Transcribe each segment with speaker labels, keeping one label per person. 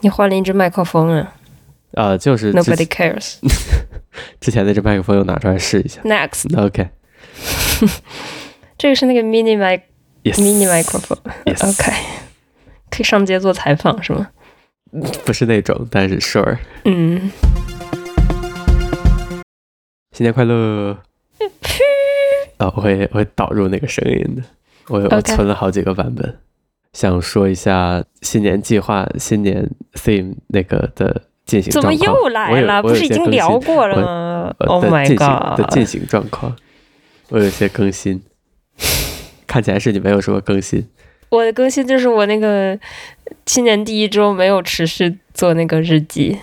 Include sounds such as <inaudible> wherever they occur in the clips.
Speaker 1: 你换了一只麦克风啊
Speaker 2: 呃，就是之
Speaker 1: ，Nobody cares。
Speaker 2: 之前那只麦克风又拿出来试一下。
Speaker 1: Next， <laughs>
Speaker 2: OK，Yes，、
Speaker 1: 这个是那个 mini mic mini microphone。
Speaker 2: <laughs> Yes
Speaker 1: OK，可以上街做采访是吗？
Speaker 2: 不是那种，但是 Sure，
Speaker 1: 嗯，
Speaker 2: 新年快乐。
Speaker 1: 嗯
Speaker 2: 啊、我会我会导入那个声音的，我我
Speaker 1: OK
Speaker 2: 存了好几个版本。想说一下新年计划、新年 theme 那个的进行
Speaker 1: 怎
Speaker 2: 状
Speaker 1: 么
Speaker 2: 况。
Speaker 1: 又来
Speaker 2: 我有
Speaker 1: 了？
Speaker 2: 我
Speaker 1: 不
Speaker 2: 有
Speaker 1: 是已
Speaker 2: 些
Speaker 1: 经
Speaker 2: 更新
Speaker 1: 聊过了
Speaker 2: 我
Speaker 1: 吗
Speaker 2: 呃
Speaker 1: ？Oh
Speaker 2: 的
Speaker 1: my
Speaker 2: 进行的进
Speaker 1: god！
Speaker 2: 行状况，我有一些更新，看起来是你没有什么更新。
Speaker 1: 我的更新就是我那个新年第一周没有持续做那个日记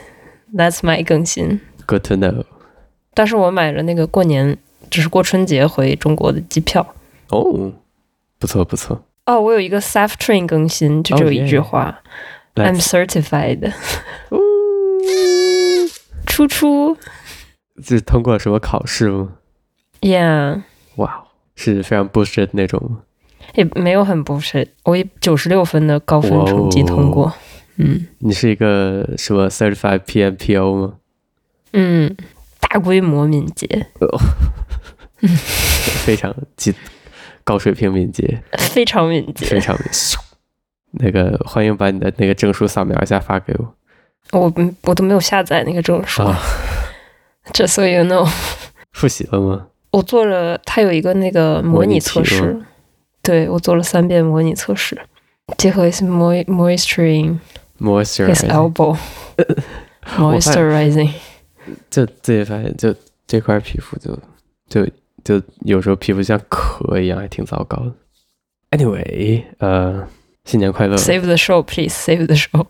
Speaker 1: ，That's my 更新。
Speaker 2: Good to know。
Speaker 1: 但是我买了那个过年，只是过春节回中国的机票。
Speaker 2: 哦，不错不错。
Speaker 1: 哦，我有一个 self train 更新，就只有
Speaker 2: Oh,
Speaker 1: 一
Speaker 2: yeah.
Speaker 1: 句话、i m
Speaker 2: Let's-
Speaker 1: certified。
Speaker 2: 呜
Speaker 1: 出出
Speaker 2: 是通过什么考试吗？
Speaker 1: ，Yeah，
Speaker 2: 哇、哦，是非常 bullshit 那种吗？
Speaker 1: 也没有很不是，我以九十六分的高分
Speaker 2: 哇哦
Speaker 1: 成绩通过。嗯
Speaker 2: 你是一个什么 certified PMPO 吗？
Speaker 1: 嗯，大规模敏捷，
Speaker 2: 非常极高水平敏捷，
Speaker 1: 非常敏捷
Speaker 2: 非。常敏捷。那个欢迎把你的那个证书扫描一下发给我。
Speaker 1: 我不我都没有下载那个证书
Speaker 2: 啊。
Speaker 1: 这所以 you know，
Speaker 2: 复习了吗？
Speaker 1: 我做了，它有一个那个模拟测
Speaker 2: 模
Speaker 1: 试
Speaker 2: 拟，嗯
Speaker 1: 对我做了三遍模拟测试，结合一些 mo moisturing his
Speaker 2: moisturize，
Speaker 1: elbow
Speaker 2: <laughs> 我发现
Speaker 1: moisturizing。
Speaker 2: 就自己发现，就这块皮肤就就就有时候皮肤像壳一样，还挺糟糕的。Anyway，呃，新年快乐！
Speaker 1: Save the show, please. Save the <laughs> show.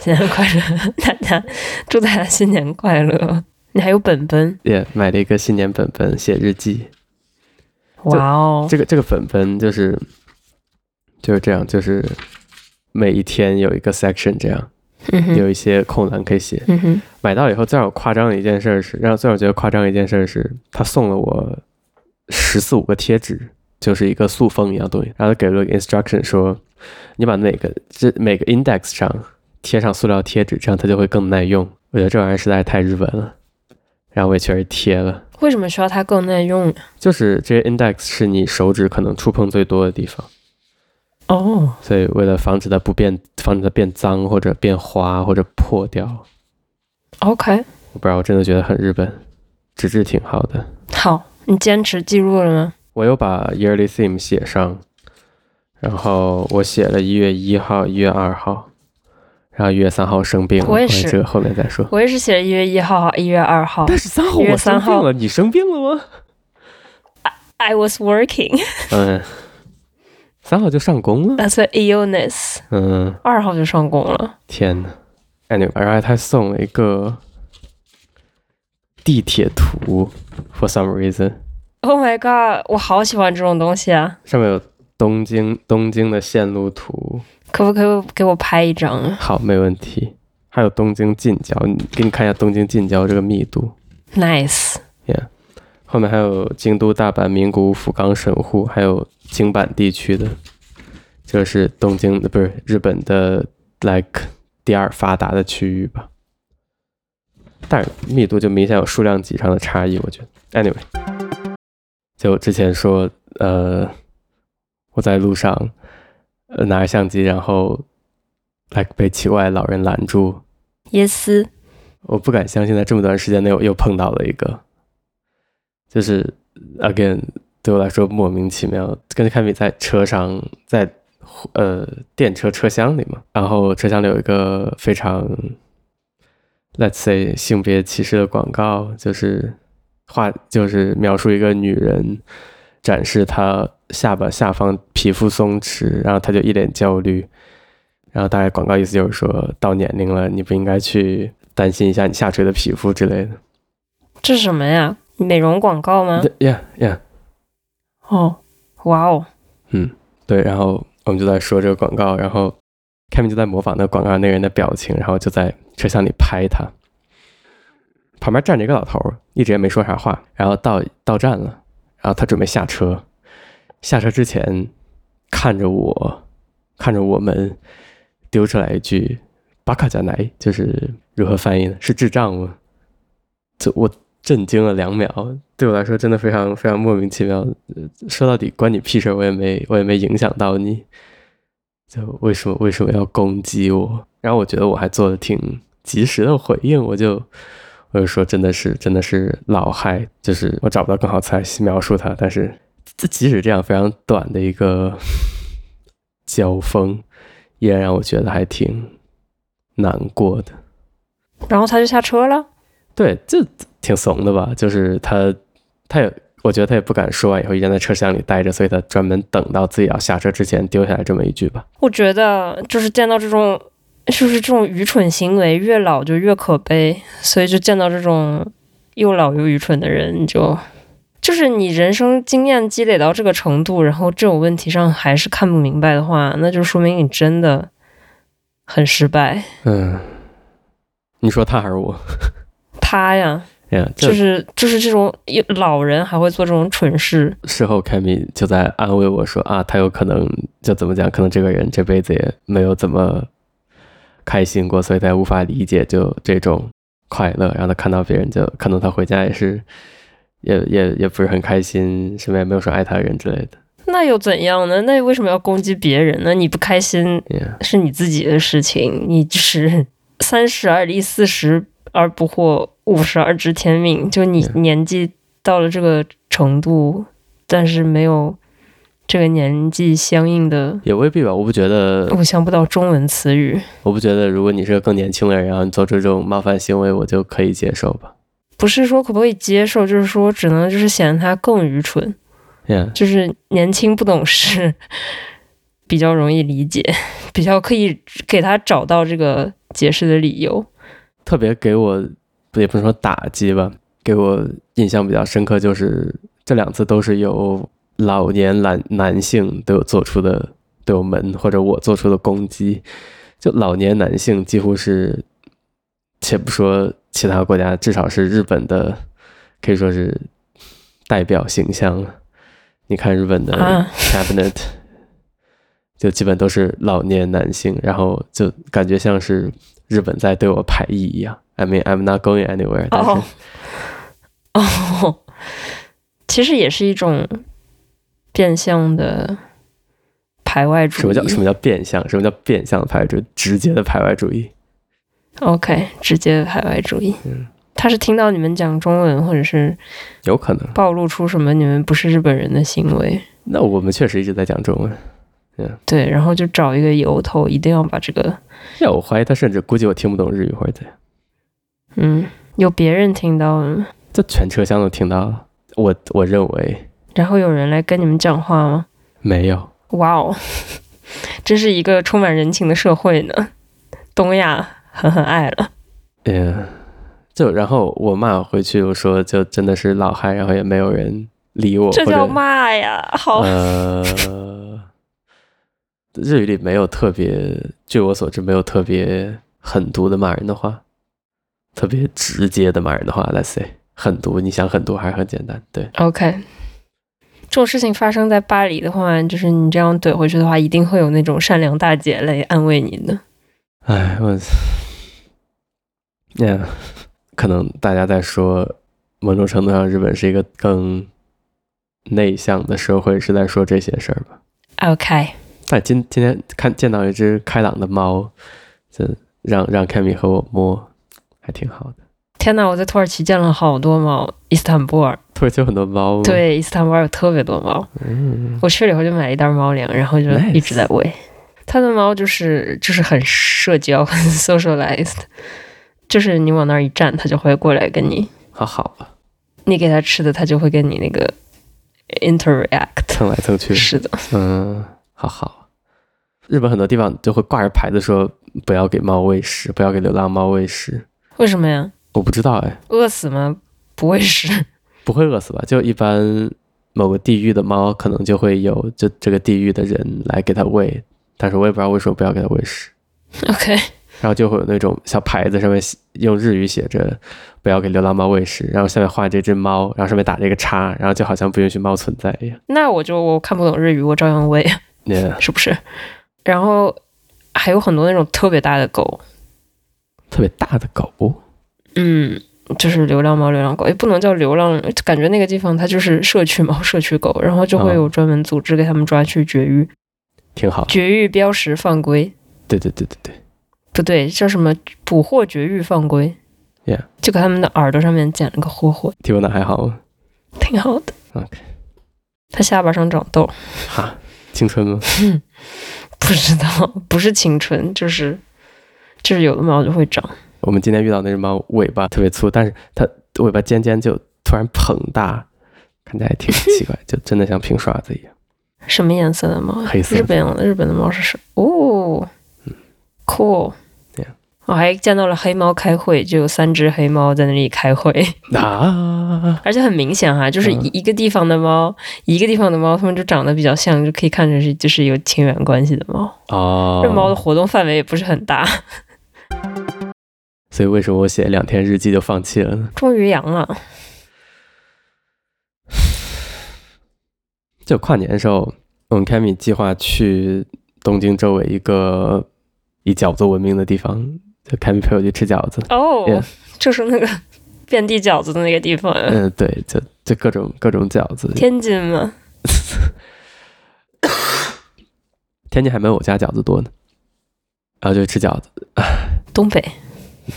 Speaker 1: 新年快乐，大家祝大家新年快乐。你还有本本，
Speaker 2: 也买了一个新年本本写日记。
Speaker 1: 哇哦！
Speaker 2: 这个这个本本就是就是这样，就是每一天有一个 section，这样
Speaker 1: 嗯哼，
Speaker 2: 有一些空栏可以写。
Speaker 1: 嗯哼，
Speaker 2: 买到以后，最让我夸张的一件事是，让最让我觉得夸张的一件事是，他送了我十四五个贴纸，就是一个塑封一样东西，然后他给了我一个 instruction 说，你把每个这每个 index 上贴上塑料贴纸，这样它就会更耐用。我觉得这玩意儿实在是太日本了，然后我也确实贴了，
Speaker 1: 为什么需要它更耐用呢？
Speaker 2: 就是这些 index 是你手指可能触碰最多的地方，
Speaker 1: 哦，
Speaker 2: 所以为了防止它不变，防止它变脏或者变花或者破掉，
Speaker 1: OK，
Speaker 2: 我不知道，我真的觉得很日本，纸质挺好的。
Speaker 1: 好，你坚持记录了吗？
Speaker 2: 我有把 yearly theme 写上，然后我写了一月一号、一月二号，然后一月三号生病了。
Speaker 1: 我也是
Speaker 2: 这个后面再说。
Speaker 1: 我也是写了一月一号、一月二号。
Speaker 2: 是三号
Speaker 1: 1月3号
Speaker 2: 了，你生病了吗？
Speaker 1: I was working.
Speaker 2: 嗯，三号就上工了。
Speaker 1: <laughs> That's an illness.
Speaker 2: 嗯，
Speaker 1: 二号就上工了。
Speaker 2: 天呐 Anyway，然后他送了一个地铁图，for some reason，
Speaker 1: Oh my god！我好喜欢这种东西啊！
Speaker 2: 上面有东京东京的线路图。
Speaker 1: 可不可以给我拍一张啊
Speaker 2: 好，没问题。还有东京近郊，你给你看一下东京近郊这个密度。
Speaker 1: ？Nice。
Speaker 2: 后面还有京都、大阪、名古屋、福冈、神户，还有京阪地区的，就是东京不是日本的 like 第二发达的区域吧。但是密度就明显有数量级上的差异，我觉得。Anyway，就之前说，呃，我在路上，呃，拿着相机，然后 like 被奇怪的老人拦住，
Speaker 1: 耶斯，
Speaker 2: 我不敢相信，在这么短时间内我又碰到了一个，就是 again 对我来说莫名其妙。跟着凯米在车上，在呃电车车厢里嘛，然后车厢里有一个非常 let's say 性别歧视的广告，就是画就是描述一个女人展示她下巴下方皮肤松弛，然后她就一脸焦虑。然后大概广告意思就是说到年龄了，你不应该去担心一下你下垂的皮肤之类的。
Speaker 1: 这是什么呀？美容广告吗？
Speaker 2: 对呀呀，
Speaker 1: 哦，哇哦，
Speaker 2: 嗯对。然后我们就在说这个广告，然后凯米就在模仿那个广告那个人的表情，然后就在车厢里拍他。旁边站着一个老头儿，一直也没说啥话。然后到到站了，然后他准备下车，下车之前看着我，看着我们，丢出来一句巴卡加奶就是如何翻译呢？是智障吗？这我震惊了两秒，对我来说真的非常非常莫名其妙。呃说到底关你屁事儿，我也没我也没影响到你，就为什么为什么要攻击我？然后我觉得我还做的挺及时的回应，我就我就说真的是真的是老嗨，就是我找不到更好词来描述它，但是这即使这样非常短的一个交锋，依然让我觉得还挺难过的。
Speaker 1: 然后他就下车了。
Speaker 2: 对，就挺怂的吧？就是他，他也，我觉得他也不敢说完以后依然在车厢里待着，所以他专门等到自己要下车之前丢下来这么一句吧。
Speaker 1: 我觉得就是见到这种，就是这种愚蠢行为，越老就越可悲。所以就见到这种又老又愚蠢的人，你就就是你人生经验积累到这个程度，然后这种问题上还是看不明白的话，那就说明你真的很失败。
Speaker 2: 嗯，你说他还是我？
Speaker 1: 他呀，
Speaker 2: 哎呀，
Speaker 1: 就
Speaker 2: 这
Speaker 1: 是就是这种老人还会做这种蠢事，
Speaker 2: 事后凯米就在安慰我说啊，他有可能就怎么讲，可能这个人这辈子也没有怎么开心过，所以他也无法理解就这种快乐。然后他看到别人就，可能他回家也是，也也也不是很开心，身边也没有说爱他的人之类的。
Speaker 1: 那又怎样呢？那为什么要攻击别人呢？你不开心
Speaker 2: Yeah，
Speaker 1: 是你自己的事情，你就是 <laughs> 三十而立，四十而不惑，五十而知天命。就你
Speaker 2: Yeah.
Speaker 1: 年纪到了这个程度，但是没有这个年纪相应的，
Speaker 2: 也未必吧，我不觉得
Speaker 1: 我想不到中文词语。
Speaker 2: 我不觉得，如果你是个更年轻的人，然后你做出这种冒犯行为，我就可以接受吧。
Speaker 1: 不是说可不可以接受，就是说只能就是显得他更愚蠢，
Speaker 2: Yeah，
Speaker 1: 就是年轻不懂事，比较容易理解，比较可以给他找到这个解释的理由。
Speaker 2: 特别给我，不也不是说打击吧，给我印象比较深刻就是这两次都是由老年男男性对我做出的对我们或者我做出的攻击，就老年男性几乎是，且不说其他国家，至少是日本的，可以说是代表形象了。你看日本的
Speaker 1: 啊
Speaker 2: cabinet，、就基本都是老年男性，然后就感觉像是日本在对我排异一样。I mean I'm not going anywhere，但是、
Speaker 1: 哦哦，其实也是一种变相的排外主义。
Speaker 2: 什么叫什么叫变相？什么叫变相排外主义？直接的排外主义。
Speaker 1: OK，直接排外主义。
Speaker 2: 嗯
Speaker 1: 他是听到你们讲中文，或者是
Speaker 2: 有可能。
Speaker 1: 暴露出什么你们不是日本人的行为，
Speaker 2: 那我们确实一直在讲中文。
Speaker 1: 对，然后就找一个由头，一定要把这个，
Speaker 2: 要我怀疑他，甚至估计我听不懂日语或者怎样。
Speaker 1: 嗯，有别人听到了，
Speaker 2: 这全车厢都听到了。我我认为
Speaker 1: 然后有人来跟你们讲话吗？
Speaker 2: 没有。
Speaker 1: 哇哦， <laughs> 真是一个充满人情的社会呢。东亚狠狠爱了。
Speaker 2: 嗯，就然后我骂回去，我说就真的是老嗨，然后也没有人理我。
Speaker 1: 这
Speaker 2: 或者
Speaker 1: 叫骂呀！好，
Speaker 2: 嗯呃， <laughs> 日语里没有特别，据我所知，没有特别狠毒的骂人的话，特别直接的骂人的话，let's say 狠毒，你想狠毒还是很简单，对，
Speaker 1: OK，这种事情发生在巴黎的话，就是你这样怼回去的话，一定会有那种善良大姐来安慰你的。
Speaker 2: 哎，我，哎呀、可能大家在说，某种程度上，日本是一个更内向的社会，是在说这些事儿吧。
Speaker 1: OK，
Speaker 2: 但今今天看见到一只开朗的猫，这让让 k a m i 和我摸，还挺好的。
Speaker 1: 天呐，我在土耳其见了好多猫，伊斯坦布尔，
Speaker 2: <laughs> 土耳其有很多猫吗，
Speaker 1: 对，伊斯坦布尔有特别多猫。
Speaker 2: 嗯，
Speaker 1: 我去了以后就买了一袋猫粮，然后就
Speaker 2: Nice
Speaker 1: 一直在喂。它的猫就是就是很社交，很 socialized，就是你往那儿一站，它就会过来跟你，
Speaker 2: 好好吧，
Speaker 1: 你给它吃的，它就会跟你那个 interact。
Speaker 2: 蹭来蹭去，
Speaker 1: 是的，
Speaker 2: 嗯，好好。日本很多地方就会挂着牌子说不要给猫喂食，不要给流浪猫喂食。
Speaker 1: 为什么呀？
Speaker 2: 我不知道哎，
Speaker 1: 饿死吗？不会是。
Speaker 2: 不会饿死吧？就一般某个地域的猫可能就会有就这个地域的人来给它喂，但是我也不知道为什么不要给它喂食。
Speaker 1: <laughs> OK，
Speaker 2: 然后就会有那种小牌子，上面写用日语写着“不要给流浪猫喂食”，然后下面画这只猫，然后上面打着一个叉，然后就好像不允许猫存在一样。
Speaker 1: 那我就我看不懂日语，我照样 <laughs> 喂，
Speaker 2: Yeah.
Speaker 1: 是不是？然后还有很多那种特别大的狗，
Speaker 2: 别大的狗，
Speaker 1: 嗯，就是流浪猫、流浪狗，也不能叫流浪，感觉那个地方它就是社区猫、社区狗，然后就会有专门组织给他们抓去绝育，
Speaker 2: 挺好。
Speaker 1: 绝育标识犯规，
Speaker 2: 对对对对对，
Speaker 1: 不对，叫什么捕获绝育犯规
Speaker 2: Yeah
Speaker 1: 就给他们的耳朵上面剪了个霍霍，
Speaker 2: 提问的还好吗
Speaker 1: 挺好的。
Speaker 2: ？OK，
Speaker 1: 它下巴上长痘，
Speaker 2: 哈，青春吗？
Speaker 1: 不知道，不是青春，就是就是有的猫就会长。
Speaker 2: 我们今天遇到那只猫尾巴特别粗，但是它尾巴尖尖就突然膨大，看起来还挺奇
Speaker 1: <laughs>
Speaker 2: 怪，就真的像平刷子一样。
Speaker 1: 什么颜色的猫？
Speaker 2: 黑
Speaker 1: 日
Speaker 2: 色的嗯
Speaker 1: 本的日本的猫是什哦，cool。
Speaker 2: 对呀
Speaker 1: 我还见到了黑猫开会，就有三只黑猫在那里开会， <laughs>
Speaker 2: 啊，
Speaker 1: 而且很明显哈、就是
Speaker 2: 嗯
Speaker 1: 一一个地方的猫，一个地方的猫，它们就长得比较像，就可以看出是就是有亲缘关系的猫。
Speaker 2: 哦
Speaker 1: 这，猫的活动范围也不是很大，
Speaker 2: 所以为什么我写两天日记就放弃了呢？
Speaker 1: 终于阳了。
Speaker 2: 就跨年的时候，我们 Kami 计划去东京周围一个以饺子闻名的地方，就 Kami 陪我去吃饺子。
Speaker 1: 哦
Speaker 2: Yeah
Speaker 1: 就是那个 <laughs> 遍地饺子的那个地 <laughs> 方，
Speaker 2: 嗯、对，就就各种各种饺子。
Speaker 1: 天津嘛。
Speaker 2: 天津还没有我家饺子多呢。然后就吃饺子，
Speaker 1: 东北，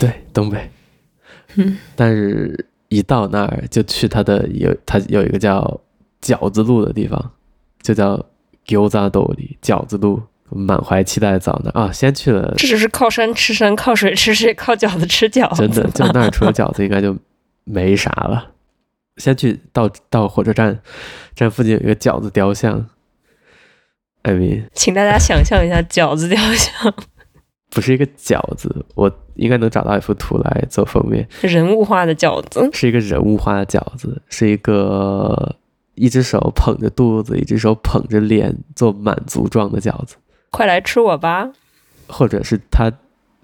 Speaker 2: 对，东北。
Speaker 1: 嗯，
Speaker 2: 但是一到那儿就去他的有他有一个叫饺子路的地方，就叫 Gyoza d o 里饺子路。我满怀期待的找那啊，先去了，
Speaker 1: 这就是靠山吃山，靠水吃水，靠饺子吃饺子。
Speaker 2: 真的就那儿除了饺子应该就没啥了。先去到到火车站站附近有一个饺子雕像，艾米
Speaker 1: 请大家想象一下饺子雕像，
Speaker 2: 不是一个饺子，我应该能找到一幅图来做封面。
Speaker 1: 人物化的饺子， <laughs>
Speaker 2: 是一个人物化的饺子，是一个一只手捧着肚子，一只手捧着脸做满足状的饺子，
Speaker 1: 快来吃我吧！
Speaker 2: 或者是他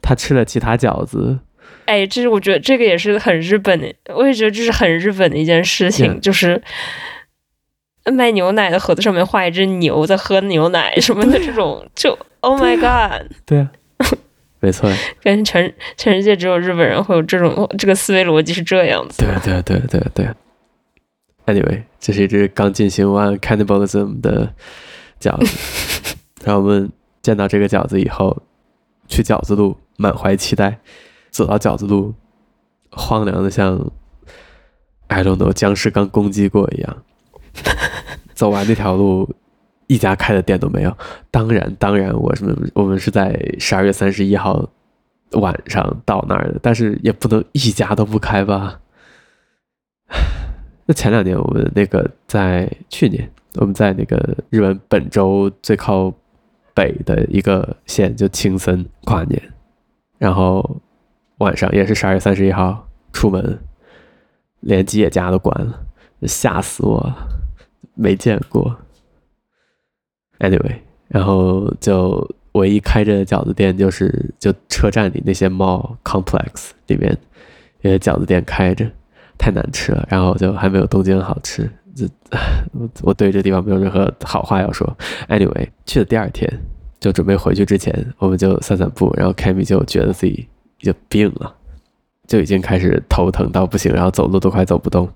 Speaker 2: 他吃了其他饺子，
Speaker 1: 哎，这是我觉得这个也是很日本的，我也觉得这是很日本的一件事情
Speaker 2: Yeah
Speaker 1: 就是卖牛奶的盒子上面画一只牛在喝牛奶什么的这
Speaker 2: <laughs>
Speaker 1: 种，就 Oh my God！
Speaker 2: 对啊，没错，
Speaker 1: 感觉全全世界只有日本人会有这种这个思维逻辑是这样子。
Speaker 2: 对啊对啊对啊对啊对啊。Anyway，这是一只刚进行完 cannibalism 的饺子，然后我们见到这个饺子以后，去饺子路满怀期待，走到饺子路，荒凉的像 I don't know 僵尸刚攻击过一样。走完那条路，一家开的店都没有。当然，当然，我什么我们是在十二月三十一号晚上到那儿的，但是也不能一家都不开吧。那前两年我们那个在去年，我们在那个日本本州最靠北的一个县，就青森跨年，然后晚上也是十二月三十一号出门，连吉野家都关了，吓死我了，没见过。Anyway，然后就唯一开着的饺子店就是就车站里那些 mall complex 里面有些饺子店开着，太难吃了，然后就还没有东京好吃。这 <laughs> 我我对这地方没有任何好话要说。Anyway，去的第二天就准备回去之前，我们就散散步，然后凯米就觉得自己就病了，就已经开始头疼到不行，然后走路都快走不动，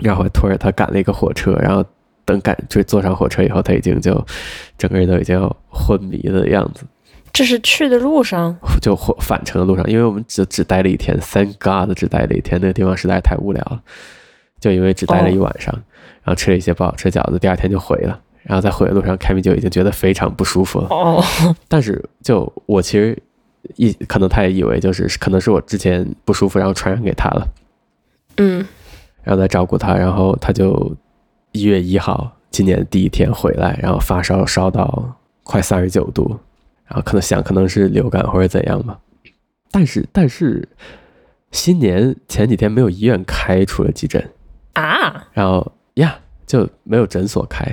Speaker 2: 然后还拖着他赶了一个火车，然后等赶就坐上火车以后，他已经就整个人都已经要昏迷的样子，
Speaker 1: 这是去的路
Speaker 2: <laughs>
Speaker 1: 上，
Speaker 2: 就回返程的路上，因为我们只只待了一天，Thank God 只待了一天，那个地方实在太无聊了，就因为只待了一晚上，然后吃了一些不好吃的饺子，第二天就回了。然后在回的路上，凯米就已经觉得非常不舒服了。
Speaker 1: 哦，
Speaker 2: 但是就我其实一可能他也以为就是可能是我之前不舒服，然后传染给他了，
Speaker 1: 嗯，
Speaker 2: 然后再照顾他，然后他就一月一号今年第一天回来，然后发烧烧到快三十九度，然后可能想可能是流感或者怎样吧，但是但是新年前几天没有医院开，除了急诊，
Speaker 1: 啊，
Speaker 2: 然后呀就没有诊所开，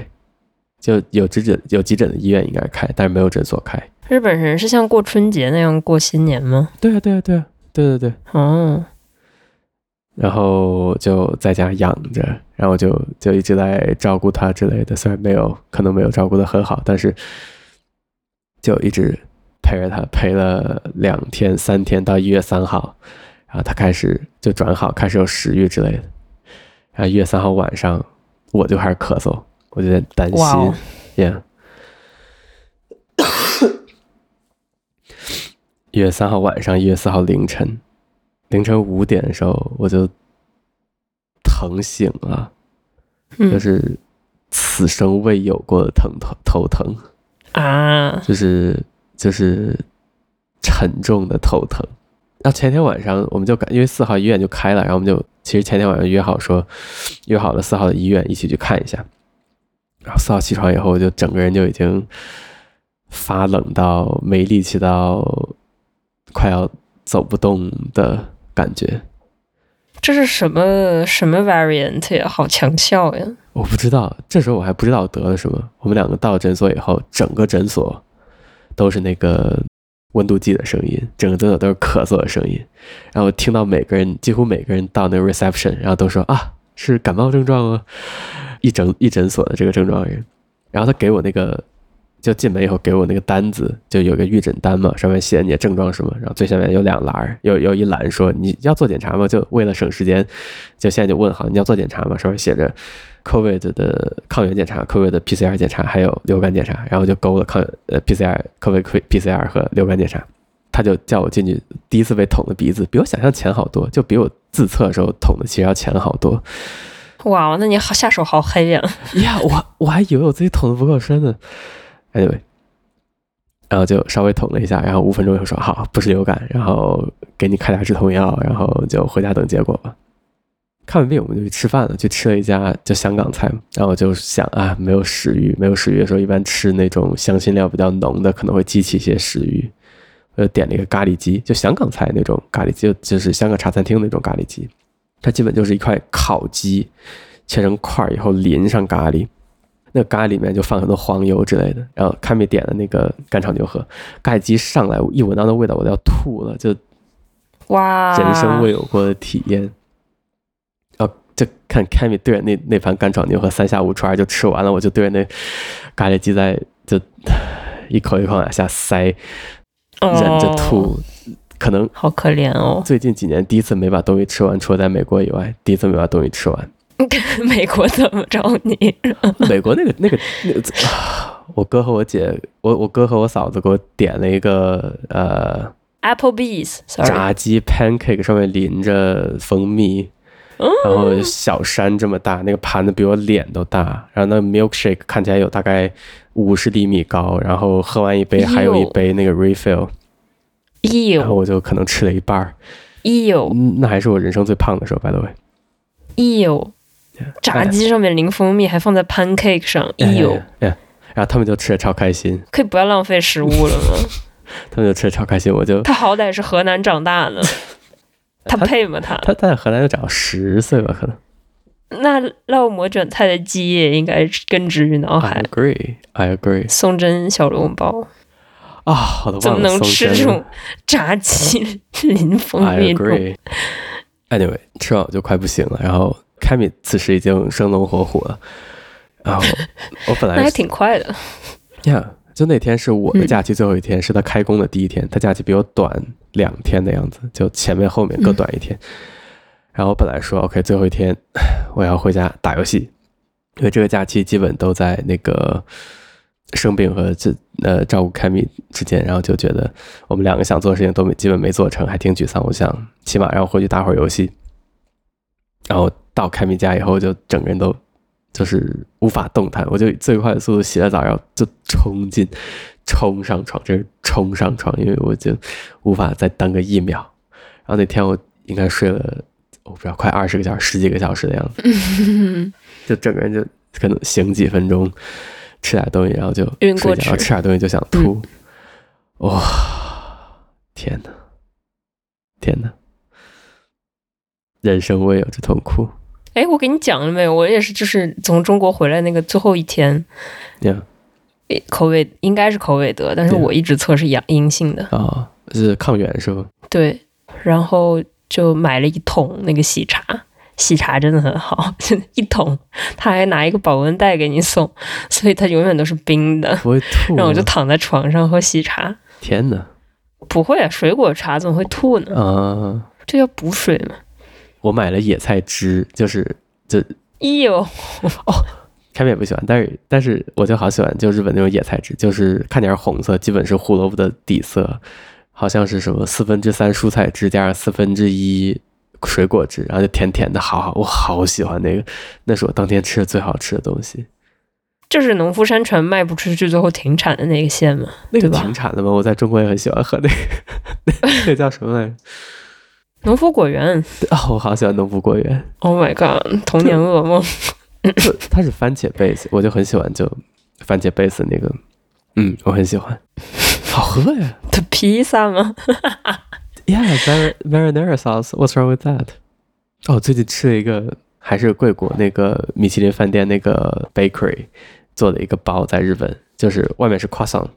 Speaker 2: 就有急诊有急诊的医院应该开，但是没有诊所开。
Speaker 1: 日本人是像过春节那样过新年吗？
Speaker 2: 对啊对啊对啊对对对。
Speaker 1: 哦，
Speaker 2: 然后就在家养着，然后就就一直在照顾它之类的。虽然没有可能没有照顾的很好，但是就一直陪着他，陪了两天三天，到一月三号，然后他开始就转好，开始有食欲之类的。然后一月三号晚上，我就开始咳嗽，我就有点担心
Speaker 1: 哇哦
Speaker 2: ，yeah。一月三号晚上，一月四号凌晨，凌晨五点的时候，我就疼醒了。就
Speaker 1: 嗯
Speaker 2: 是此生未有过的疼头头疼，
Speaker 1: 啊，
Speaker 2: 就是就是沉重的头疼。那前天晚上我们就赶，因为四号医院就开了，然后我们就其实前天晚上约好说，约好了四号的医院一起去看一下。然后四号起床以后，我就整个人就已经发冷到没力气到快要走不动的感觉。
Speaker 1: 这是什么什么 variant 呀？好强效呀！
Speaker 2: 我不知道，这时候我还不知道得了什么。我们两个到诊所以后，整个诊所都是那个温度计的声音，整个诊所都是咳嗽的声音。然后我听到每个人，几乎每个人到那个 reception，然后都说啊，是感冒症状吗？一整一诊所的这个症状人。然后他给我那个，就进门以后给我那个单子，就有个预诊单嘛，上面写你的症状是什么，然后最下面有两栏儿，有有一栏说你要做检查吗？就为了省时间，就现在就问好，你要做检查吗？上面写着 COVID 的呃抗原检查、COVID 的 PCR 检查，还有流感检查，然后就勾了抗呃 PCR、COVID PCR 和流感检查。他就叫我进去，第一次被捅的鼻子比我想象浅好多，就比我自测的时候捅的其实要浅好多。
Speaker 1: 哇，那你好下手好黑呀！
Speaker 2: <laughs> 呀，我我还以为我自己捅的不够深呢。Anyway，然后就稍微捅了一下，然后五分钟以后说好，不是流感，然后给你开点止痛药，然后就回家等结果吧。看完病我们就去吃饭了，去吃了一家就香港菜嘛。然后我就想啊，没有食欲，没有食欲的时候，一般吃那种香辛料比较浓的，可能会激起一些食欲。我就点了一个咖喱鸡，就香港菜那种咖喱鸡，就就是香港茶餐厅那种咖喱鸡，它基本就是一块烤鸡，切成块儿以后淋上咖喱，那咖喱里面就放很多黄油之类的。然后看米点的那个干炒牛河，咖喱鸡上来，我一闻到那味道我都要吐了，就
Speaker 1: 哇，
Speaker 2: 人生未有过的体验。然后就看 Cammy 对着那那盘干炒牛河三下五除二就吃完了，我就对着那咖喱鸡在就一口一口往下塞，忍着
Speaker 1: 哦，
Speaker 2: 吐。可能
Speaker 1: 好可怜哦。 <laughs>
Speaker 2: 最近几年第一次没把东西吃完，除了在美国以外，第一次没把东西吃完。
Speaker 1: 美国怎么着你？ <laughs>
Speaker 2: <laughs> 美国那个那个那个、啊，我哥和我姐，我我哥和我嫂子给我点了一个呃
Speaker 1: Applebee's，sorry，
Speaker 2: 炸鸡 pancake，上面淋着蜂蜜，
Speaker 1: 嗯
Speaker 2: 然后小山这么大，那个盘子比我脸都大，然后那个 milkshake 看起来有大概五十厘米高，然后喝完一杯还有一
Speaker 1: 哟
Speaker 2: 杯那个 refill，然
Speaker 1: eel
Speaker 2: 后我就可能吃了一半儿，
Speaker 1: eel
Speaker 2: 嗯那还是我人生最胖的时候，by the way。
Speaker 1: eel，炸鸡上面淋蜂蜜，还放在 pancake 上，eel，
Speaker 2: 哎，然后他们就吃的超开心，
Speaker 1: 可以不要浪费食物了
Speaker 2: <laughs>
Speaker 1: 吗？
Speaker 2: 他们就吃的超开心，我就
Speaker 1: 他好歹是河南长大
Speaker 2: <laughs>
Speaker 1: 呢，他配吗他？
Speaker 2: 他他在荷兰就长到十岁吧，可能。
Speaker 1: 那烙馍卷菜的基业应该根植于脑
Speaker 2: I
Speaker 1: 海。
Speaker 2: agree, I agree。
Speaker 1: 松针小笼包
Speaker 2: 啊，我都
Speaker 1: 怎么
Speaker 2: 嗯忘了
Speaker 1: 能
Speaker 2: 松
Speaker 1: 吃这
Speaker 2: 针了。
Speaker 1: 种炸鸡淋蜂
Speaker 2: I
Speaker 1: 蜜这种？
Speaker 2: agree。Anyway，吃完我就快不行了，然后凯米此时已经生龙活虎了。然后我本
Speaker 1: <laughs> 那
Speaker 2: 来
Speaker 1: 还
Speaker 2: 是
Speaker 1: 挺快的。
Speaker 2: 呀就那天是我的
Speaker 1: 嗯
Speaker 2: 假期最后一天，是他开工的第一天，他假期比我短两天的样子，就前面后面各短一天。然后我本来说 OK，最后一天我要回家打游戏，因为这个假期基本都在那个生病和这呃照顾凯米之间，然后就觉得我们两个想做的事情都没基本没做成，还挺沮丧。我想起码让我回去打会儿游戏。然后到凯米家以后，就整个人都就是无法动弹，我就以最快的速度洗了澡，然后就冲进，冲上床，这是冲上床，因为我已经无法再耽搁一秒。然后那天我应该睡了，我不知道快二十个小时、十几个小时的样
Speaker 1: 嗯
Speaker 2: 子，就整个人就可能醒几分钟，吃点东西，然后就
Speaker 1: 晕
Speaker 2: 睡
Speaker 1: 过
Speaker 2: 觉，然后
Speaker 1: 去嗯
Speaker 2: 吃点东西就想吐，哇、天哪，天哪，人生未有之痛苦
Speaker 1: 哎，我给你讲了没有？我也是，就是从中国回来那个最后一天，
Speaker 2: 呀
Speaker 1: 诶口味应该是口味得，但是
Speaker 2: 对
Speaker 1: 我一直测是阳阴性的。
Speaker 2: 啊、是抗原是吧？
Speaker 1: 对，然后就买了一桶那个喜茶，喜茶真的很好， <laughs> 一桶，他还拿一个保温袋给你送，所以它永远都是冰的。
Speaker 2: 不会吐吗，啊
Speaker 1: 然后我就躺在床上喝喜茶，
Speaker 2: 天哪！
Speaker 1: 不会啊，水果茶怎么会吐呢？
Speaker 2: 啊，
Speaker 1: 这叫补水吗？
Speaker 2: 我买了野菜汁，就是哎
Speaker 1: 咦哟，哦
Speaker 2: 开面也不喜欢，但是但是我就好喜欢，就日本那种野菜汁，就是看起来是红色，基本是胡萝卜的底色，好像是什么四分之三蔬菜汁加上四分之一水果汁，然后就甜甜的，好好，我好喜欢那个，那是我当天吃的最好吃的东西。
Speaker 1: 就是农夫山泉卖不出去，最后停产的那个县嘛。
Speaker 2: 那个
Speaker 1: 对吧
Speaker 2: 停产了吗？我在中国也很喜欢喝那个，那个叫什么来着？ <laughs>
Speaker 1: 农夫果园
Speaker 2: 哦，我好喜欢农夫果园。
Speaker 1: ，Oh my god，童年噩梦。
Speaker 2: 不它是番茄 base，我就很喜欢就番茄 base 那个，嗯，我很喜欢，好喝呀。
Speaker 1: 的披萨吗？
Speaker 2: Yeah, mar- marinara sauce. What's wrong with that? 哦，最近吃了一个，还是贵国那个米其林饭店那个 bakery 做的一个包，在日本，就是外面是 croissant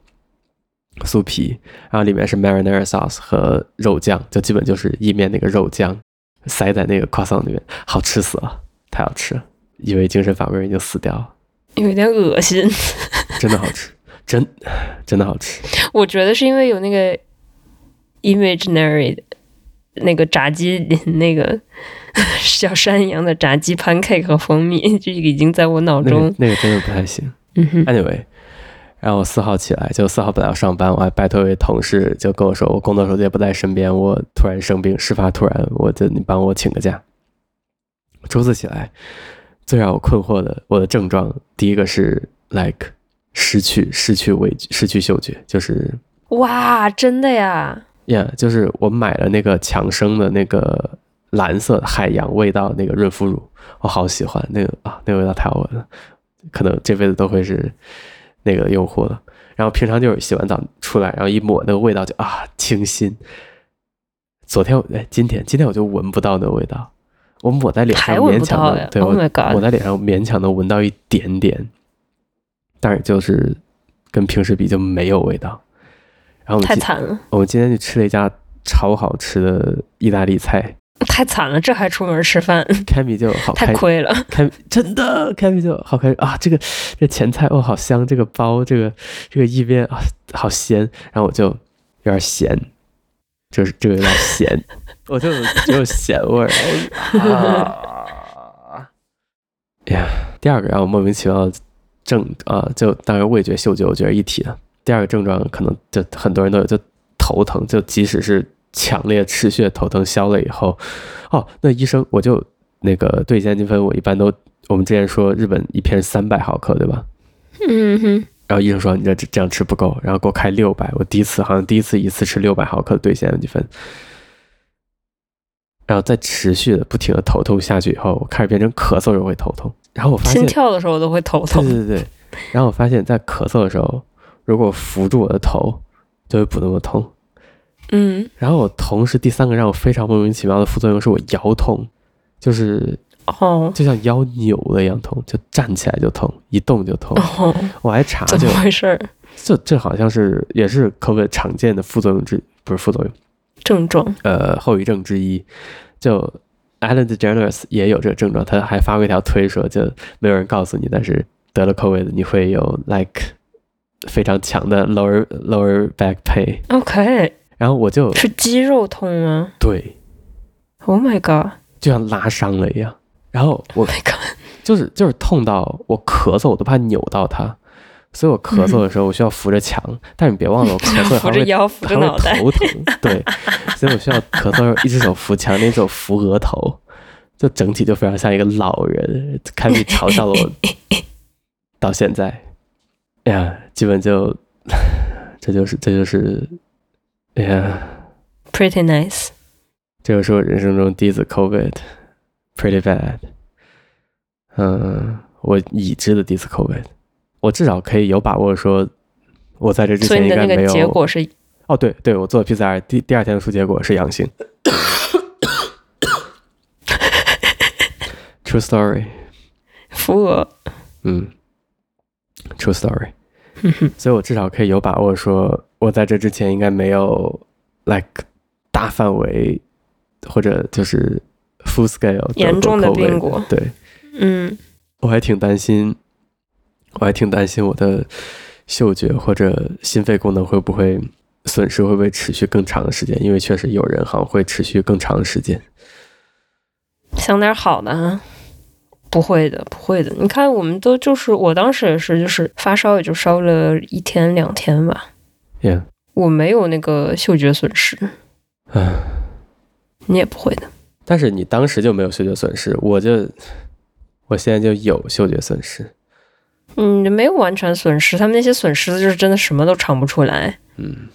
Speaker 2: 酥皮，然后里面是 marinara sauce 和肉酱，就基本就是意面那个肉酱塞在那个 croissant 里面，好吃死了，太好吃了，以为精神反胃人就死掉了，
Speaker 1: 有一点恶心。
Speaker 2: 真的好吃，真真的好吃。
Speaker 1: 我觉得是因为有那个 imaginary 的那个炸鸡那个 <laughs> 小山羊的炸鸡 pancake 和蜂蜜，就已经在我脑
Speaker 2: 那个嗯
Speaker 1: 中，
Speaker 2: 那个真的不太行。
Speaker 1: 嗯哼，
Speaker 2: Anyway，然后我四号起来，就四号本来要上班，我还拜托一位同事，就跟我说我工作手机也不在身边，我突然生病，事发突然，我就你帮我请个假。周四起来，最让我困惑的我的症状，第一个是 like 失去失去味觉失去嗅觉，就是
Speaker 1: 哇，真的呀！
Speaker 2: Yeah，就是我买了那个强生的那个蓝色的海洋味道那个润肤乳，我好喜欢那个啊，那个味道太好闻了，可能这辈子都会是那个用户了。然后平常就是洗完澡出来，然后一抹那个味道就啊清新。昨天我哎，今天今天我就闻不到那个味道，我抹在脸上
Speaker 1: 还闻
Speaker 2: 勉
Speaker 1: 不
Speaker 2: 强
Speaker 1: 到呀
Speaker 2: 的，对
Speaker 1: ！Oh
Speaker 2: 我
Speaker 1: my god！
Speaker 2: 我在脸上勉强的闻到一点点，但是就是跟平时比就没有味道。然后我们
Speaker 1: 太
Speaker 2: 今
Speaker 1: 惨了，
Speaker 2: 我们今天去吃了一家超好吃的意大利菜，
Speaker 1: 太惨了，这还出门吃饭，
Speaker 2: 凯米就好
Speaker 1: 太
Speaker 2: 开，
Speaker 1: 亏了。
Speaker 2: 凯真的凯米就好开啊！这个这前菜哦，好香，这个包这个这个意面啊，好鲜。然后我就有点咸，就是这个有点咸，我就只有咸味儿。我就啊哎呀，第二个让我莫名其妙的症啊，就当然味觉、嗅觉我觉得一体的。第二个症状可能就很多人都有，就头疼，就即使是强烈持续的头疼消了以后，哦，那医生我就那个对乙酰积分，我一般都我们之前说日本一片是三百毫克，对吧？
Speaker 1: 嗯哼，
Speaker 2: 然后医生说你这这这样吃不够，然后给我开六百。我第一次好像第一次一次吃六百毫克的对乙酰积分，然后再持续的不停的头痛下去以后，我开始变成咳嗽时候会头痛，然后我发现
Speaker 1: 心跳的时候我都会头
Speaker 2: 对
Speaker 1: 痛。
Speaker 2: 对对对。然后我发现，在咳嗽的时候，如果扶住我的头，就会不那么痛。
Speaker 1: 嗯，
Speaker 2: 然后我同时第三个让我非常莫名其妙的副作用是我腰痛，就是
Speaker 1: 哦，
Speaker 2: 就像腰扭了一样痛，就站起来就痛，一动就痛。
Speaker 1: 哦，
Speaker 2: 我还查
Speaker 1: 怎
Speaker 2: 就
Speaker 1: 么回事儿？
Speaker 2: 这这好像是也是 COVID 常见的副作用之不是副作用，
Speaker 1: 症状？
Speaker 2: 呃后遗症之一。就 Alan DeGeneres 也有这个症状，他还发过一条推说，就没有人告诉你，但是得了 COVID 你会有 like 非常强的 lower lower back pain。
Speaker 1: OK，
Speaker 2: 然后我就是
Speaker 1: 肌肉痛吗
Speaker 2: 对，
Speaker 1: ？Oh my god！My
Speaker 2: 就像拉伤了一样。然后我
Speaker 1: Oh god！
Speaker 2: 就是就是痛到我咳嗽，我都怕扭到它，所以我咳嗽的时候我需要扶着墙。但是你别忘了，我咳嗽
Speaker 1: <laughs> 嗯 <laughs> 扶
Speaker 2: 还
Speaker 1: 着
Speaker 2: 会
Speaker 1: 腰，扶着
Speaker 2: 还
Speaker 1: 脑
Speaker 2: 会
Speaker 1: 袋。
Speaker 2: 头疼，对，所以我需要咳嗽的时候一只手扶墙，另一只手扶额头，就整体就非常像一个老人。凯米嘲笑
Speaker 1: <laughs>
Speaker 2: 了我到现在，哎呀，基本就 <laughs> 这就是这就是，哎呀，
Speaker 1: Pretty nice。
Speaker 2: 这就是我人生中第一次 COVID，pretty bad。嗯，我已知的第一次 COVID，我至少可以有把握说，我在这之
Speaker 1: 所以
Speaker 2: 前
Speaker 1: 你
Speaker 2: 应
Speaker 1: 的
Speaker 2: 该
Speaker 1: 那
Speaker 2: 没
Speaker 1: 个
Speaker 2: 有。
Speaker 1: 结果是
Speaker 2: 哦，对对，我做 PCR 第第二天的出结果是阳性。True story，
Speaker 1: <laughs> 扶额。
Speaker 2: 嗯，True story。
Speaker 1: 哼哼
Speaker 2: 所以我至少可以有把握说，我在这之前应该没有 like 大范围或者就是 full scale 得过
Speaker 1: 严重的
Speaker 2: COVID
Speaker 1: 病过
Speaker 2: 对，
Speaker 1: 嗯，
Speaker 2: 我还挺担心，我还挺担心我的嗅觉或者心肺功能会不会损失会不会持续更长的时间？因为确实有人好像会持续更长的时间。
Speaker 1: 想点好的啊。不会的，不会的。你看，我们都就是，我当时也是，就是发烧，也就烧了一天两天吧。
Speaker 2: Yeah，
Speaker 1: 我没有那个嗅觉损失，
Speaker 2: 唉，
Speaker 1: 你也不会的。
Speaker 2: 但是你当时就没有嗅觉损失，我就我现在就有嗅觉损失。
Speaker 1: 嗯，没有完全损失，他们那些损失就是真的什么都尝不出来。
Speaker 2: 嗯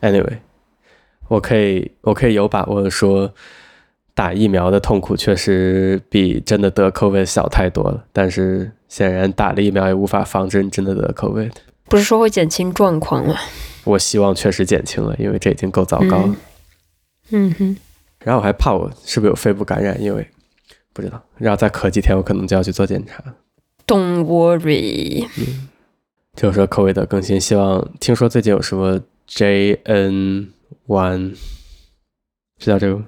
Speaker 2: ，Anyway，我可以我可以有把握的说，打疫苗的痛苦确实比真的得 COVID 小太多了。但是显然打了疫苗也无法防止你真的得 COVID。
Speaker 1: 不是说会减轻状况吗？
Speaker 2: 我希望确实减轻了，因为这已经够糟糕了。
Speaker 1: 嗯嗯哼，
Speaker 2: 然后我还怕我是不是有肺部感染，因为不知道。然后再咳几天，我可能就要去做检查。
Speaker 1: ，Don't worry。
Speaker 2: 就是嗯说口味的更新，希望听说最近有什么 JN One，知道这个吗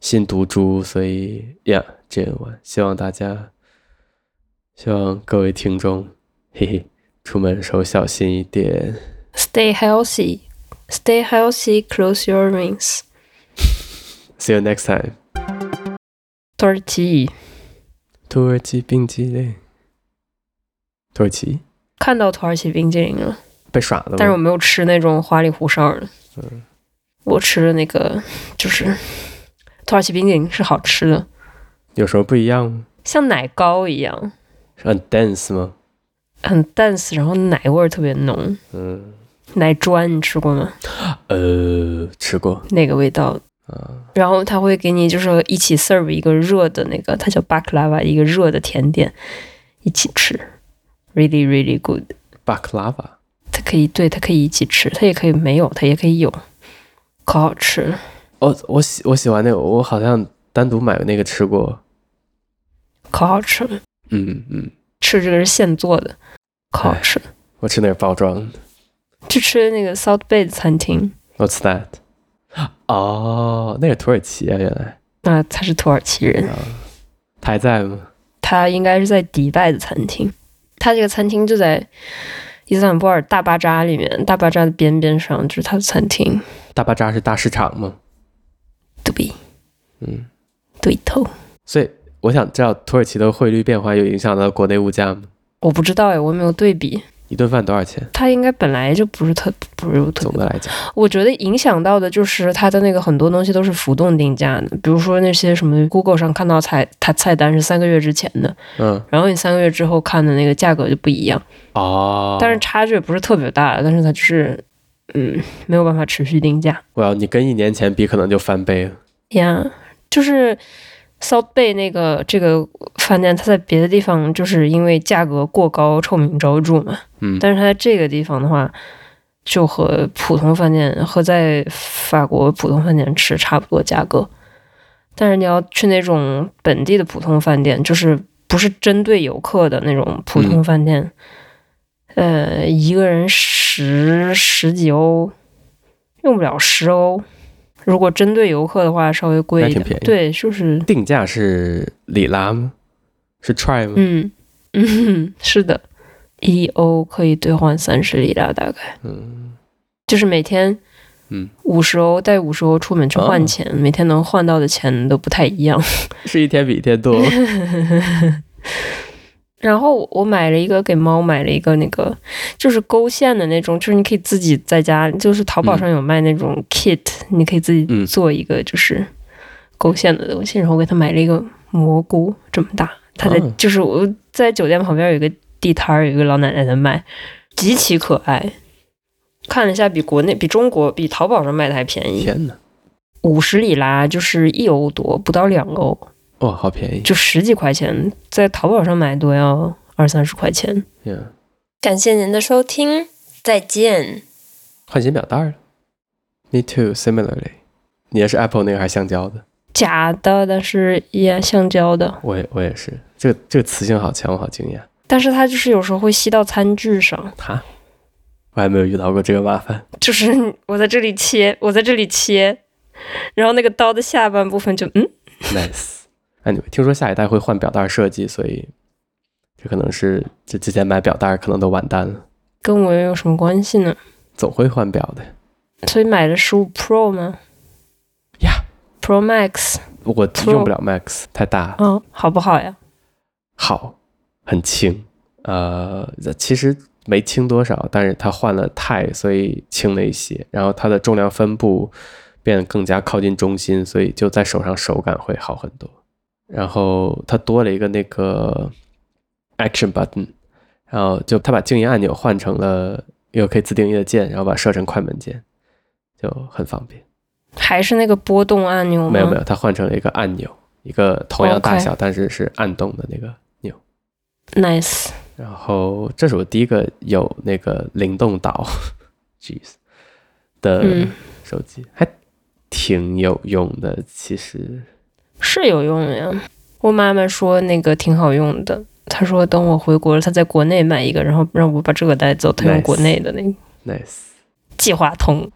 Speaker 2: 新毒株，所以 Yeah，JN One，希望大家，希望各位听众，嘿嘿，出门的时候小心一点。
Speaker 1: Stay healthy, stay healthy. Close your wings.
Speaker 2: See you next time。
Speaker 1: Thirty，
Speaker 2: 土耳其冰激凌，土耳其
Speaker 1: 看到土耳其冰激凌了，
Speaker 2: 被耍了吗？
Speaker 1: 但是我没有吃那种花里胡哨的。
Speaker 2: 嗯
Speaker 1: 我吃的那个就是土耳其冰激凌是好吃的，
Speaker 2: 有什么不一样吗？
Speaker 1: 像奶糕一样，
Speaker 2: 是很 dense 吗？
Speaker 1: 很 dense，然后奶味儿特别浓。
Speaker 2: 嗯，
Speaker 1: 奶砖你吃过吗？
Speaker 2: 呃，吃过
Speaker 1: 那个味道。
Speaker 2: 啊，
Speaker 1: 然后他会给你就是一起 serve 一个热的那个，它叫 baklava，一个热的甜点一起吃，really really good。
Speaker 2: 巴克拉吧。
Speaker 1: 它可以对，它可以一起吃，它也可以没有，它也可以有，可好吃了。
Speaker 2: 哦，我喜我喜欢那个，我好像单独买那个吃过。
Speaker 1: 可好吃了，
Speaker 2: 嗯嗯，
Speaker 1: 吃这个是现做的，可好吃了。
Speaker 2: 我吃那个包装的。
Speaker 1: 去吃那个 South Bay 的餐厅
Speaker 2: What's that？哦，那个土耳其啊，原来
Speaker 1: 啊，他是土耳其人，
Speaker 2: 啊，他还在吗？
Speaker 1: 他应该是在迪拜的餐厅，他这个餐厅就在伊斯坦布尔大巴扎里面，大巴扎的边边上就是他的餐厅，
Speaker 2: 大巴扎是大市场吗？
Speaker 1: 对
Speaker 2: 嗯，
Speaker 1: 对头。
Speaker 2: 所以我想知道土耳其的汇率变化有影响到国内物价吗？
Speaker 1: 我不知道哎，我没有对比。
Speaker 2: 一顿饭多少钱？
Speaker 1: 它应该本来就不是特不是特
Speaker 2: 总
Speaker 1: 别
Speaker 2: 的来讲，
Speaker 1: 我觉得影响到的就是它的那个很多东西都是浮动定价的，比如说那些什么 Google 上看到菜它菜单是三个月之前的，
Speaker 2: 嗯，
Speaker 1: 然后你三个月之后看的那个价格就不一样，
Speaker 2: 哦，
Speaker 1: 但是差距也不是特别大，但是它就是嗯没有办法持续定价
Speaker 2: 我要你跟一年前比，可能就翻倍了。
Speaker 1: 呀就是 South Bay 那个这个饭店，它在别的地方就是因为价格过高臭名昭著嘛，
Speaker 2: 嗯，
Speaker 1: 但是它在这个地方的话，就和普通饭店和在法国普通饭店吃差不多价格。但是你要去那种本地的普通饭店，就是不是针对游客的那种普通饭店，呃，一个人十十几欧，用不了十欧。如果针对游客的话，稍微贵一
Speaker 2: 还挺
Speaker 1: 点
Speaker 2: 便。宜
Speaker 1: 对，就是
Speaker 2: 定价是里拉吗？是 try 吗？
Speaker 1: 嗯嗯， <laughs> 是的，一欧可以兑换三十里拉，大概。
Speaker 2: 嗯
Speaker 1: 就是每天，
Speaker 2: 嗯，
Speaker 1: 五十欧带五十欧出门去换
Speaker 2: 哦
Speaker 1: 钱，每天能换到的钱都不太一样。 <laughs>
Speaker 2: 是一天比一天多。
Speaker 1: 然后我我买了一个给猫买了一个那个就是勾线的那种，就是你可以自己在家，就是淘宝上有卖那种 kit，、你可以自己
Speaker 2: 嗯
Speaker 1: 做一个就是勾线的东西。然后我给它买了一个蘑菇这么大，它在、
Speaker 2: 哦
Speaker 1: 就是我在酒店旁边有一个地摊儿，有一个老奶奶在卖，极其可爱。看了一下，比国内、比中国、比淘宝上卖的还便宜。
Speaker 2: <laughs> 天哪，
Speaker 1: 五十里拉就是一欧多，不到两欧，
Speaker 2: 哇，好便宜！
Speaker 1: 就十几块钱，在淘宝上买都要二三十块钱。
Speaker 2: 呀，
Speaker 1: 感谢您的收听，再见。
Speaker 2: 换新表带了。Me too. Similarly，你也是 Apple 那个还是橡胶的？
Speaker 1: 假的，但是也橡胶的，
Speaker 2: 我也我也是。这个这个磁性好强，我好惊讶。
Speaker 1: 但是它就是有时候会吸到餐具上，
Speaker 2: 哈，我还没有遇到过这个麻 <laughs> 烦。
Speaker 1: 就是我在这里切，我在这里切，然后那个刀的下半部分就嗯，
Speaker 2: Nice。Anyway，听说下一代会换表带设计，所以这可能是这之前买表带可能都完蛋了，
Speaker 1: 跟我又有什么关系呢？
Speaker 2: 总会换表的。
Speaker 1: 所以买了十五 Pro 吗？
Speaker 2: 呀
Speaker 1: ，Pro Max，
Speaker 2: 我
Speaker 1: Pro
Speaker 2: 用不了 Max，太大，
Speaker 1: 嗯，好不好呀？
Speaker 2: 好，很轻。呃，其实没轻多少，但是它换了钛，所以轻了一些。然后它的重量分布变得更加靠近中心，所以就在手上手感会好很多。然后它多了一个那个 action button，然后就它把静音按钮换成了一个可以自定义的键，然后把它设成快门键，就很方便。
Speaker 1: 还是那个波动按钮吗？
Speaker 2: 没有没有，它换成了一个按钮，一个同样大
Speaker 1: OK
Speaker 2: 小但是是按动的那个钮。
Speaker 1: Nice，
Speaker 2: 然后这是我第一个有那个灵动岛 <laughs> ，jeez 的
Speaker 1: 嗯，
Speaker 2: 手机，还挺有用的。其实
Speaker 1: 是有用的呀。我妈妈说那个挺好用的，她说等我回国了，她在国内买一个，然后让我把这个带走，她用
Speaker 2: Nice
Speaker 1: 国内的那个
Speaker 2: nice，
Speaker 1: 计划通。